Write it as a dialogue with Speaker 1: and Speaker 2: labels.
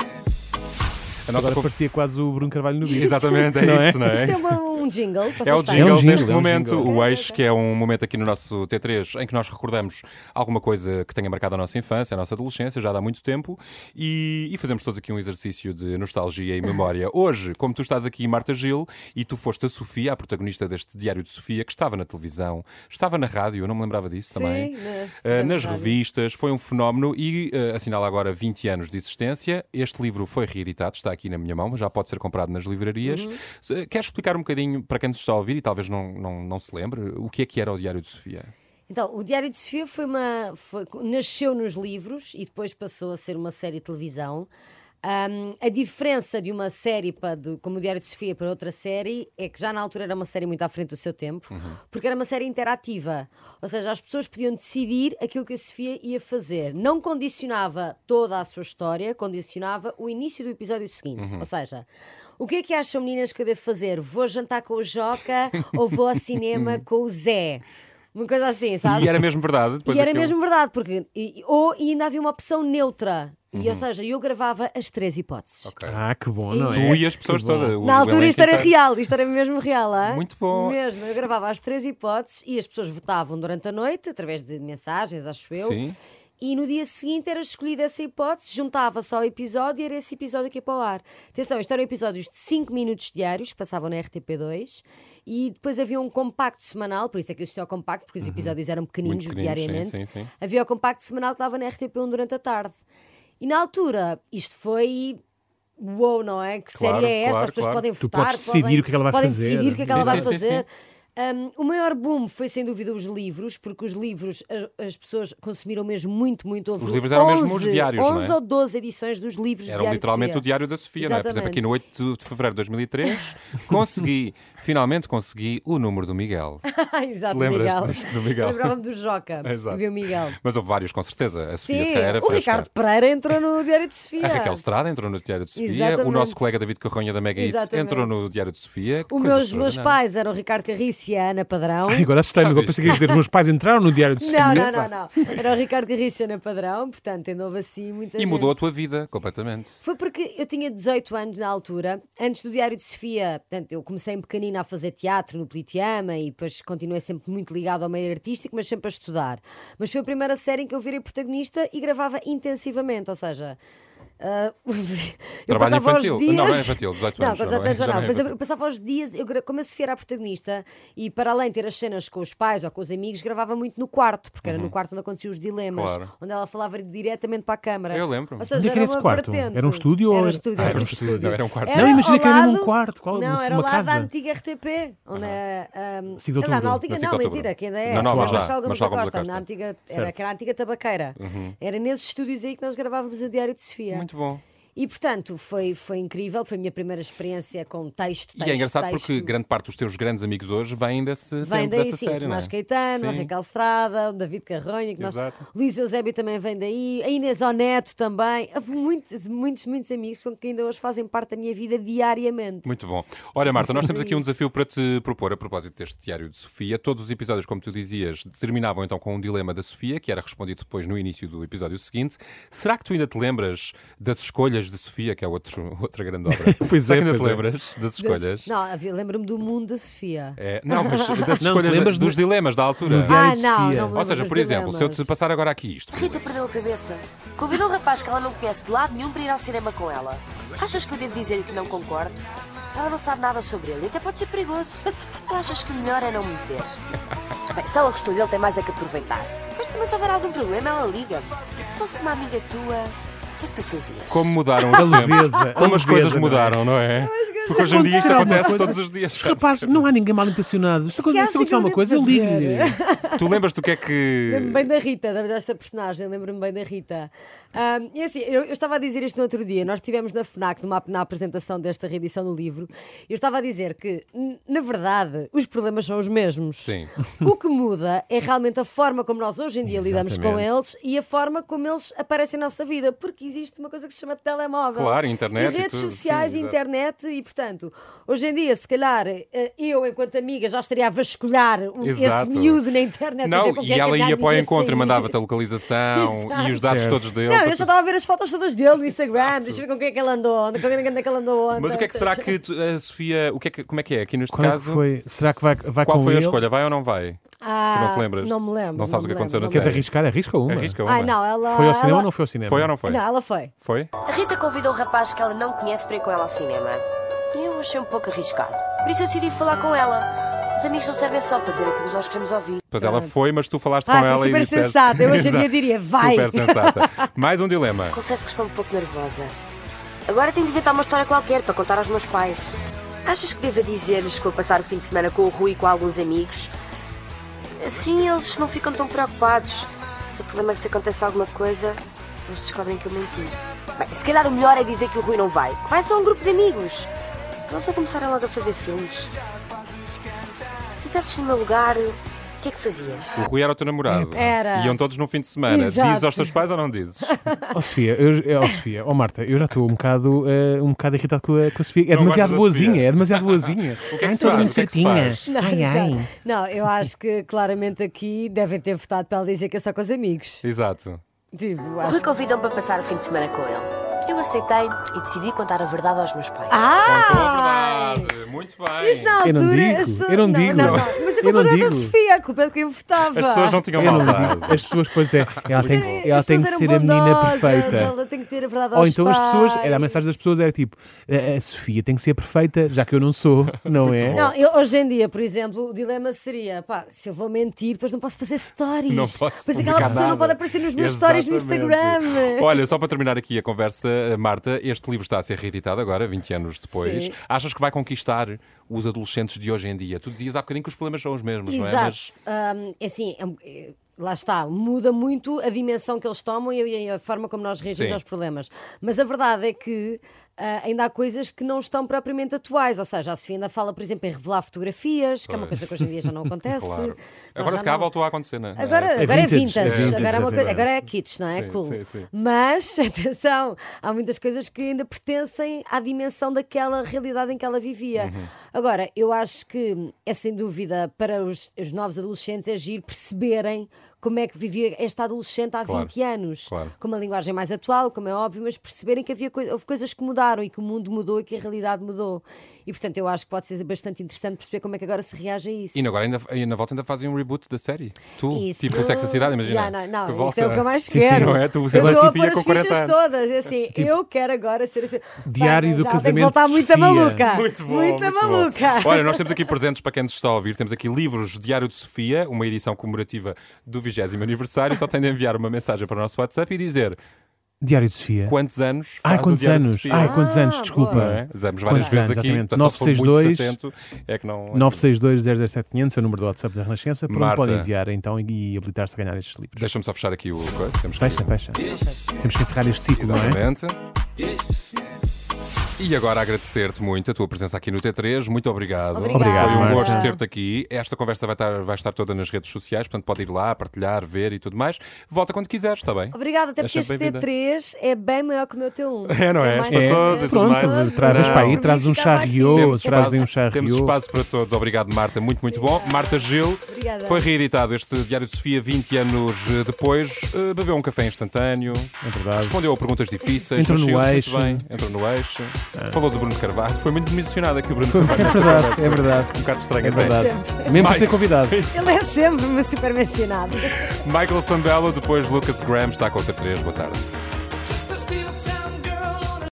Speaker 1: Isto agora parecia quase o Bruno Carvalho no vídeo.
Speaker 2: Exatamente, é
Speaker 1: Não é?
Speaker 2: isso, não é?
Speaker 3: Isto é uma- um jingle. vocês
Speaker 2: É o
Speaker 3: têm?
Speaker 2: jingle
Speaker 1: É um jingle,
Speaker 2: deste
Speaker 1: é um
Speaker 2: momento,
Speaker 1: jingle.
Speaker 2: o eixo, que é um momento aqui no nosso T3 em que nós recordamos alguma coisa que tenha marcado a nossa infância, a nossa adolescência, já dá muito tempo, e, e fazemos todos aqui um exercício de nostalgia e memória. Hoje, como tu estás aqui, Marta Gil, e tu foste a Sofia, a protagonista deste Diário de Sofia, que estava na televisão, estava na rádio, eu não me lembrava disso
Speaker 3: Sim, né?
Speaker 2: também,
Speaker 3: na-
Speaker 2: eh,
Speaker 3: na
Speaker 2: nas
Speaker 3: rádio.
Speaker 2: revistas, foi um fenómeno e eh, assinala agora 20 anos de existência. Este livro foi reeditado, está aqui na minha mão, já pode ser comprado nas livrarias.
Speaker 3: Uhum.
Speaker 2: Se- Queres explicar um bocadinho para quem nos está a ouvir e talvez não, não, não se lembre o que é que era o Diário de Sofia?
Speaker 3: Então, o Diário de Sofia foi uma, foi- nasceu nos livros e depois passou a ser uma série de televisão. Ahm, a diferença de uma série para de- como o Diário de Sofia para outra série é que já na altura era uma série muito à frente do seu tempo, porque era uma série interativa. Ou seja, as pessoas podiam decidir aquilo que a Sofia ia fazer. Não condicionava toda a sua história, condicionava o início do episódio seguinte. Ou seja, o que é que acham, meninas, que eu devo fazer? Vou jantar com o Joca ou vou ao cinema com o Zé? Uma coisa assim, sabe?
Speaker 2: E era mesmo verdade? depois
Speaker 3: E era
Speaker 2: daquilo?
Speaker 3: mesmo verdade, porque e- ou e ainda havia uma opção neutra. E,
Speaker 2: Uhum.
Speaker 3: ou seja, eu gravava as três hipóteses.
Speaker 2: Ok.
Speaker 1: Ah, que bom, não é?
Speaker 2: Tu e as pessoas
Speaker 1: Que bom.
Speaker 2: todas. o
Speaker 3: Na altura
Speaker 2: elenco
Speaker 3: isto era
Speaker 2: inteiro.
Speaker 3: real, isto era mesmo real, hã?
Speaker 2: Muito bom.
Speaker 3: Mesmo, eu gravava as três hipóteses e as pessoas votavam durante a noite, através de mensagens, acho eu.
Speaker 2: Sim.
Speaker 3: E no dia seguinte era escolhida essa hipótese, juntava-se ao episódio e era esse episódio que ia para o ar. Atenção, isto eram episódios de 5 minutos diários, que passavam na RTP2, e depois havia um compacto semanal, por isso é que existia o compacto, porque os episódios eram pequeninos,
Speaker 2: Uhum. Muito pequeninos,
Speaker 3: diariamente.
Speaker 2: sim, sim, sim.
Speaker 3: Havia o compacto semanal que dava na RTP1 durante a tarde. E na altura, isto foi. Uou, não é? Que
Speaker 2: Claro,
Speaker 3: série é esta?
Speaker 2: claro,
Speaker 3: As pessoas
Speaker 2: claro.
Speaker 3: podem
Speaker 2: Tu
Speaker 3: votar,
Speaker 1: podes decidir
Speaker 3: podem,
Speaker 1: o que é que ela vai
Speaker 3: podem
Speaker 1: fazer.
Speaker 3: decidir o que é que ela
Speaker 2: Sim,
Speaker 3: vai
Speaker 2: sim, sim,
Speaker 3: fazer. Um, o maior boom foi sem dúvida os livros, porque os livros a- as, pessoas consumiram mesmo muito, muito. Houve
Speaker 2: Os livros eram mesmo os
Speaker 3: 11,
Speaker 2: diários, não é?
Speaker 3: 11 ou 12 edições dos livros de
Speaker 2: Era
Speaker 3: Diário de
Speaker 2: literalmente
Speaker 3: Sofia.
Speaker 2: o Diário da Sofia, não é? Por exemplo,
Speaker 3: Exatamente.
Speaker 2: aqui no 8 de fevereiro de 2003, consegui, finalmente consegui o número do Miguel.
Speaker 3: Ah, Exato,
Speaker 2: Lembras-te
Speaker 3: Miguel.
Speaker 2: deste do Miguel?
Speaker 3: Lembrava-me do Joca,
Speaker 2: Exato.
Speaker 3: viu Miguel.
Speaker 2: Mas houve vários, com certeza. A Sofia,
Speaker 3: Sim,
Speaker 2: se calhar, era É
Speaker 3: o
Speaker 2: fresca.
Speaker 3: Ricardo Pereira entrou no Diário de Sofia.
Speaker 2: A Raquel Estrada entrou no Diário de Sofia, o
Speaker 3: Exatamente.
Speaker 2: nosso colega David Carronha da Mega Hits
Speaker 3: Exatamente.
Speaker 2: entrou no Diário de Sofia. Que
Speaker 3: Os
Speaker 2: coisa é?
Speaker 3: meus, meus
Speaker 2: extraordinária.
Speaker 3: pais eram o Ricardo Carriço e a Ana Padrão.
Speaker 1: Ai, agora assustei-me,
Speaker 2: Já
Speaker 1: agora
Speaker 2: viste?
Speaker 1: pensei que ia dizer os meus pais entraram no Diário de Sofia.
Speaker 3: Não, não, não, não. Era o Ricardo Carriço e a Ana Padrão, portanto, ainda houve assim muita
Speaker 2: E
Speaker 3: gente.
Speaker 2: mudou a tua vida completamente.
Speaker 3: Foi porque eu tinha 18 anos na altura, antes do Diário de Sofia, portanto, eu comecei em pequenina a fazer teatro no Politeama e depois continuei sempre muito ligado ao meio artístico, mas sempre a estudar. Mas foi a primeira série em que eu virei protagonista e gravava intensivamente, ou seja. ah, eu
Speaker 2: Trabalho
Speaker 3: passava
Speaker 2: infantil.
Speaker 3: os dias.
Speaker 2: Não, não é infantil, 18
Speaker 3: Não,
Speaker 2: anos,
Speaker 3: com
Speaker 2: já não é-
Speaker 3: 18 anos já
Speaker 2: já
Speaker 3: não.
Speaker 2: não é
Speaker 3: Mas eu-
Speaker 2: infantil.
Speaker 3: eu passava os dias, eu, gra- como a Sofia era a protagonista, e para além de ter as cenas com os pais ou com os amigos, gravava muito no quarto, porque era no quarto onde aconteciam os dilemas,
Speaker 2: Uhum. Claro.
Speaker 3: onde ela falava diretamente para a câmara.
Speaker 2: Eu lembro-me.
Speaker 3: né? Ou seja,
Speaker 1: Onde é que era
Speaker 3: era
Speaker 1: esse
Speaker 3: uma
Speaker 1: quarto?
Speaker 3: vertente.
Speaker 1: Era um estúdio ou
Speaker 3: Era um
Speaker 1: era-
Speaker 3: estúdio.
Speaker 2: Ah, era um estúdio, não, era um quarto.
Speaker 1: Não, imagina
Speaker 3: ao
Speaker 1: que era num
Speaker 3: lado-
Speaker 1: quarto, qual-
Speaker 3: não,
Speaker 1: uma-
Speaker 3: era
Speaker 1: uma
Speaker 3: lá da
Speaker 1: casa. Ah,
Speaker 3: antiga RTP. Onde é, ahm,
Speaker 1: Cinco de outubro.
Speaker 3: não, na
Speaker 2: Na
Speaker 3: antiga, não,
Speaker 2: cinco de outubro.
Speaker 3: mentira, que ainda é.
Speaker 2: Na nova
Speaker 3: era
Speaker 2: já,
Speaker 3: Marcelo Gomes
Speaker 2: Marcelo
Speaker 3: da
Speaker 2: Gomes da
Speaker 3: Costa, na
Speaker 2: Costa.
Speaker 3: antiga, era,
Speaker 1: Certo.
Speaker 3: que era a antiga tabaqueira. Era nesses estúdios aí que nós gravávamos o Diário de Sofia.
Speaker 2: Uhum. Muito bom.
Speaker 3: E portanto, foi, foi incrível, foi a minha primeira experiência com texto, texto,
Speaker 2: e é engraçado
Speaker 3: texto.
Speaker 2: porque grande parte dos teus grandes amigos hoje vêm desse
Speaker 3: Vem
Speaker 2: tempo,
Speaker 3: daí
Speaker 2: dessa
Speaker 3: sim,
Speaker 2: série,
Speaker 3: o Tomás
Speaker 2: não é?
Speaker 3: Caetano, a
Speaker 2: Sim.
Speaker 3: Raquel Estrada, o David Carronha, que nós...
Speaker 2: Exato.
Speaker 3: Luís Eusébio também vem daí, a Inês Oneto também, Houve muitos, muitos, muitos amigos com que ainda hoje fazem parte da minha vida diariamente.
Speaker 2: Muito bom. Olha, Marta, nós temos aqui um desafio para te propor a propósito deste Diário de Sofia. Todos os episódios, como tu dizias, terminavam então com um dilema da Sofia, que era respondido depois no início do episódio seguinte. Será que tu ainda te lembras das escolhas de Sofia, que é outro, outra grande obra?
Speaker 1: Pois
Speaker 2: Será
Speaker 1: é,
Speaker 2: que ainda
Speaker 1: pois
Speaker 2: te
Speaker 1: é.
Speaker 2: lembras das
Speaker 3: Das-
Speaker 2: escolhas?
Speaker 3: Não, havia- lembro-me do mundo da Sofia.
Speaker 2: É, não, mas das
Speaker 1: Não,
Speaker 2: escolhas
Speaker 1: te lembras
Speaker 2: dos
Speaker 1: do-
Speaker 2: dilemas da altura.
Speaker 1: Diário
Speaker 3: Ah,
Speaker 1: de
Speaker 3: não,
Speaker 1: Sofia.
Speaker 3: não me
Speaker 2: Ou seja,
Speaker 3: lembro
Speaker 2: por
Speaker 3: dos
Speaker 2: exemplo, se eu te
Speaker 3: dilemas.
Speaker 2: passar agora aqui isto.
Speaker 4: Rita perdeu a cabeça. Convidou um rapaz que ela não conhece de lado nenhum para ir ao cinema com ela. Achas que eu devo dizer-lhe que não concordo? Ela não sabe nada sobre ele e até pode ser perigoso. Tu achas que o melhor é não me meter? Bem, se ela gostou dele, tem mais é que aproveitar. Mas também se houver algum problema, ela liga-me. Se fosse uma amiga tua, o que é que tu fazias?
Speaker 2: Como mudaram os tempos.
Speaker 1: leveza, a
Speaker 2: Como as
Speaker 1: leveza,
Speaker 2: coisas
Speaker 1: não é?
Speaker 2: mudaram, não é? Porque hoje em dia isto acontece todos os dias.
Speaker 1: Os rapazes, não há ninguém mal intencionado. Se acontecer
Speaker 3: achas
Speaker 1: se acontecer
Speaker 3: que eu
Speaker 1: alguma
Speaker 3: devo
Speaker 1: coisa, eu
Speaker 3: fazer?
Speaker 1: ligo-lhe.
Speaker 2: Tu lembras do que é que.
Speaker 3: Lembro-me bem da Rita, da- desta personagem, lembro-me bem da Rita. Ahm, e assim, eu, eu estava a dizer isto no outro dia, nós estivemos na FNAC, numa, na apresentação desta reedição do livro, e eu estava a dizer que, n- na verdade, os problemas são os mesmos.
Speaker 2: Sim.
Speaker 3: O que muda é realmente a forma como nós hoje em dia lidamos com
Speaker 2: Exatamente.
Speaker 3: eles e a forma como eles aparecem na nossa vida, porque existe uma coisa que se chama telemóvel.
Speaker 2: Claro, internet
Speaker 3: E
Speaker 2: e
Speaker 3: redes
Speaker 2: tudo,
Speaker 3: sociais,
Speaker 2: sim, exato.
Speaker 3: internet e, portanto, hoje em dia, se calhar, eh, eu, enquanto amiga, já estaria a vasculhar um- esse
Speaker 2: Exato.
Speaker 3: miúdo na internet. a ver com
Speaker 2: Não,
Speaker 3: quem
Speaker 2: e
Speaker 3: é que
Speaker 2: ela
Speaker 3: andar,
Speaker 2: ia para o
Speaker 3: ninguém
Speaker 2: encontro e
Speaker 3: sabia.
Speaker 2: mandava-te tipo a localização
Speaker 3: Exato.
Speaker 2: e os dados
Speaker 1: Certo.
Speaker 2: todos dele.
Speaker 3: Não,
Speaker 2: para
Speaker 3: eu já
Speaker 2: tu-
Speaker 3: estava a ver as fotos todas dele no Instagram, deixa eu ver com quem é que ela andou, com quem é que ela andou ontem.
Speaker 2: Mas o que é que será que tu- a Sofia, o que é que, como é que é aqui neste
Speaker 1: Qual é que
Speaker 2: caso?
Speaker 1: foi? Será que vai, vai
Speaker 2: Qual
Speaker 1: com
Speaker 2: foi a
Speaker 1: ele?
Speaker 2: escolha? Vai ou não vai?
Speaker 3: Ah,
Speaker 2: Tu não te lembras?
Speaker 3: Não me lembro.
Speaker 2: Não sabes o que
Speaker 3: me
Speaker 2: aconteceu
Speaker 3: lembro,
Speaker 2: na
Speaker 3: não
Speaker 1: Queres
Speaker 3: me
Speaker 2: série?
Speaker 1: arriscar? Arrisca uma.
Speaker 2: Arrisca uma.
Speaker 3: lembro. Ai, não, ela.
Speaker 1: Foi ao cinema
Speaker 3: ela-
Speaker 1: ou não foi ao cinema?
Speaker 2: Foi ou não foi?
Speaker 3: Não, ela foi.
Speaker 2: Foi?
Speaker 4: A Rita convidou um rapaz que ela não conhece para ir com ela ao cinema. E Eu achei um pouco arriscado. Por isso eu decidi falar com ela. Os amigos não servem só para dizer aquilo que nós queremos ouvir.
Speaker 2: Portanto, ela foi, mas tu falaste
Speaker 3: Ah,
Speaker 2: com
Speaker 3: foi
Speaker 2: ela e
Speaker 3: super
Speaker 2: disseste...
Speaker 3: sensata. Eu hoje em dia
Speaker 2: Exato.
Speaker 3: diria, vai.
Speaker 2: Super sensata. Mais um dilema.
Speaker 4: Confesso que estou um pouco nervosa. Agora tenho de inventar uma história qualquer para contar aos meus pais. Achas que devo dizer-lhes que vou passar o fim de semana com o Rui e com alguns amigos? Assim eles não ficam tão preocupados. Se o problema é que se acontece alguma coisa, eles descobrem que eu menti. Bem, se calhar o melhor é dizer que o Rui não vai. Que vai só um grupo de amigos. Não só começaram logo a fazer filmes. Se estivesses no meu lugar, o que é que fazias?
Speaker 2: O Rui era o teu namorado.
Speaker 3: Era.
Speaker 2: Iam todos num fim de semana.
Speaker 3: Exato.
Speaker 2: Dizes aos teus pais ou não dizes?
Speaker 1: Ó Sofia, eu, é, ó, Sofia, ó Marta, eu já estou um bocado, eh, um bocado irritado com a, com a Sofia. É
Speaker 2: Não
Speaker 1: demasiado
Speaker 2: gostas da Sofia?
Speaker 1: boazinha, é demasiado boazinha.
Speaker 2: O que é que
Speaker 1: Ai,
Speaker 2: se
Speaker 1: toda
Speaker 2: faz?
Speaker 1: muito
Speaker 2: O que é que se
Speaker 1: certinha.
Speaker 2: faz?
Speaker 3: Não, exato. Não, eu acho que claramente aqui devem ter votado para ela dizer que é só com os amigos.
Speaker 2: Exato.
Speaker 3: Tipo,
Speaker 4: O
Speaker 3: acho
Speaker 4: Rui convidou-me para passar o fim de semana com ele. Eu aceitei e decidi contar a verdade aos meus pais.
Speaker 2: Contou
Speaker 3: Ah!
Speaker 2: a verdade. Muito bem.
Speaker 3: Isto na
Speaker 1: Eu não
Speaker 3: altura.
Speaker 1: digo,
Speaker 3: as pessoas...
Speaker 1: eu não digo.
Speaker 3: Mas a
Speaker 1: Eu não
Speaker 3: culpa não é da
Speaker 1: digo.
Speaker 3: Sofia, a culpa é de quem votava.
Speaker 2: As pessoas não tinham
Speaker 1: Eu não
Speaker 2: maldade.
Speaker 1: digo. As pessoas, pois é, ela tem que, ela
Speaker 3: As
Speaker 1: tem que
Speaker 3: pessoas
Speaker 1: ser
Speaker 3: eram
Speaker 1: a menina
Speaker 3: bondosas,
Speaker 1: perfeita.
Speaker 3: Ela tem que ter a verdade
Speaker 1: Ou
Speaker 3: aos
Speaker 1: então as pessoas, era a
Speaker 3: pais.
Speaker 1: mensagem das pessoas era tipo, a, a Sofia tem que ser perfeita, já que eu não sou, não é?
Speaker 3: Não, eu, hoje em dia, por exemplo, o dilema seria: pá, se eu vou mentir, depois não posso fazer stories.
Speaker 2: Não posso
Speaker 3: Pois
Speaker 2: publicar
Speaker 3: aquela pessoa
Speaker 2: nada.
Speaker 3: não pode aparecer nos meus stories no
Speaker 2: Exatamente.
Speaker 1: é
Speaker 3: Instagram.
Speaker 2: Olha, só para terminar aqui a conversa, eh, Marta, este livro está a ser reeditado agora, 20 anos depois.
Speaker 3: Sim.
Speaker 2: Achas que vai conquistar os adolescentes de hoje em dia? Tu dizias há bocadinho que os problemas são os mesmos, não é?
Speaker 3: Exato.
Speaker 2: Mas
Speaker 3: Hum, é assim, é um- é- lá está, muda muito a dimensão que eles tomam e a- e a forma como nós reagimos
Speaker 2: Sim.
Speaker 3: aos problemas. Mas a verdade é que ah, ainda há coisas que não estão propriamente atuais. Ou seja, a Sofia ainda fala, por exemplo, em revelar fotografias, que é uma coisa que hoje em dia já não acontece.
Speaker 2: claro.
Speaker 3: Nós
Speaker 2: Agora
Speaker 3: já
Speaker 2: se calhar
Speaker 3: não-
Speaker 2: voltou a acontecer, não é?
Speaker 3: Agora
Speaker 2: É,
Speaker 3: é,
Speaker 2: sim.
Speaker 3: agora
Speaker 1: vintage,
Speaker 3: é vintage,
Speaker 1: é vintage,
Speaker 3: agora, é uma coisa-
Speaker 1: exatamente.
Speaker 3: agora é kits, não é?
Speaker 2: Sim,
Speaker 3: cool.
Speaker 2: sim, sim.
Speaker 3: Mas, atenção, há muitas coisas que ainda pertencem à dimensão daquela realidade em que ela vivia.
Speaker 2: Uhum.
Speaker 3: Agora, eu acho que é sem dúvida para os, os novos adolescentes agir, perceberem como é que vivia esta adolescente há
Speaker 2: Claro,
Speaker 3: 20 anos.
Speaker 2: claro.
Speaker 3: Com uma linguagem mais atual, como é óbvio, mas perceberem que havia coi- houve coisas que mudaram e que o mundo mudou e que a realidade mudou. E, portanto, eu acho que pode ser bastante interessante perceber como é que agora se reage a isso.
Speaker 2: E agora ainda, e na volta ainda fazem um reboot da série. Tu,
Speaker 3: Isso.
Speaker 2: tipo o Sexo da Cidade, imagina.
Speaker 3: Já, não, não,
Speaker 2: que
Speaker 3: isso
Speaker 2: volta.
Speaker 3: é o que eu mais
Speaker 1: Sim, sim,
Speaker 3: quero.
Speaker 2: não é? Tu
Speaker 3: eu
Speaker 2: usas a
Speaker 3: estou a
Speaker 2: Sofia
Speaker 3: pôr
Speaker 2: com
Speaker 3: as
Speaker 2: 40
Speaker 3: fichas
Speaker 2: anos. Tipo,
Speaker 3: todas. é Assim, eu quero agora ser.
Speaker 1: Diário
Speaker 3: Pá,
Speaker 1: do
Speaker 3: mas ela Tem que
Speaker 1: casamento
Speaker 3: voltar
Speaker 1: de
Speaker 3: muito
Speaker 1: Sofia.
Speaker 3: maluca.
Speaker 2: Muito bom.
Speaker 3: Muito
Speaker 2: muito bom.
Speaker 3: maluca.
Speaker 2: Olha, nós temos aqui presentes para quem nos está a ouvir. Temos aqui livros Diário de Sofia, uma edição comemorativa do 20 aniversário. Só tem de enviar uma mensagem para o nosso WhatsApp e dizer
Speaker 1: Diário de Sofia.
Speaker 2: quantos anos faz
Speaker 1: Ai, quantos
Speaker 2: o Diário de
Speaker 1: anos?
Speaker 2: Sofia.
Speaker 1: Ai, quantos
Speaker 3: Ah,
Speaker 1: anos,
Speaker 3: boa.
Speaker 1: desculpa.
Speaker 2: Não é? Dizemos várias
Speaker 1: Quantos
Speaker 2: vezes
Speaker 1: anos,
Speaker 2: aqui.
Speaker 1: exatamente.
Speaker 2: Portanto, se for muito
Speaker 1: 962.
Speaker 2: atento, é que não.
Speaker 1: 962-007-500 é o número do WhatsApp da Renascença, para onde
Speaker 2: Marta.
Speaker 1: podem enviar então e e habilitar-se a ganhar estes livros.
Speaker 2: Deixa-me só fechar aqui o coisa. Temos que-
Speaker 1: Fecha, fecha. Temos que encerrar este ciclo, não é?
Speaker 2: Exatamente. E agora agradecer-te muito a tua presença aqui no T3. Muito obrigado.
Speaker 3: Obrigada.
Speaker 2: Foi um
Speaker 1: Marta.
Speaker 2: gosto ter-te aqui. Esta conversa vai estar, vai estar toda nas redes sociais, portanto pode ir lá, partilhar, ver e tudo mais. Volta quando quiseres, está bem?
Speaker 3: Obrigada, até
Speaker 2: É
Speaker 3: porque este
Speaker 2: sempre bem-vinda.
Speaker 3: T3 é bem maior que o meu T1.
Speaker 2: É, não é? As
Speaker 3: mais
Speaker 2: pessoas
Speaker 3: grande.
Speaker 2: e tudo
Speaker 1: Pronto,
Speaker 2: mais. Não.
Speaker 1: traz para aí, traz um
Speaker 3: Ficava aqui.
Speaker 1: charriot,
Speaker 2: Temos
Speaker 1: trazem um
Speaker 2: espaço- Temos
Speaker 1: charriot.
Speaker 2: espaço para todos. Obrigado, Marta. Muito, muito bom. Marta Gil.
Speaker 3: Obrigada.
Speaker 2: Foi reeditado este Diário de Sofia 20 anos eh, depois. Eh, Bebeu um café instantâneo.
Speaker 1: É verdade.
Speaker 2: Respondeu a perguntas difíceis.
Speaker 1: Entrou no
Speaker 2: mexeu-se
Speaker 1: eixo. Ah.
Speaker 2: muito bem, Entrou no eixo. Falou de Bruno Carvalho. Foi muito mencionado aqui o Bruno
Speaker 1: Foi-
Speaker 2: Carvalho.
Speaker 1: É verdade, é verdade.
Speaker 2: Um bocado estranho
Speaker 1: É
Speaker 2: até.
Speaker 1: verdade.
Speaker 3: Sempre.
Speaker 1: Mesmo
Speaker 2: Mike.
Speaker 1: para ser convidado.
Speaker 3: Ele é sempre uma super mencionado.
Speaker 2: Michael Sambello, depois Lucas Graham está com outra 3. Boa tarde.
Speaker 5: It's the steel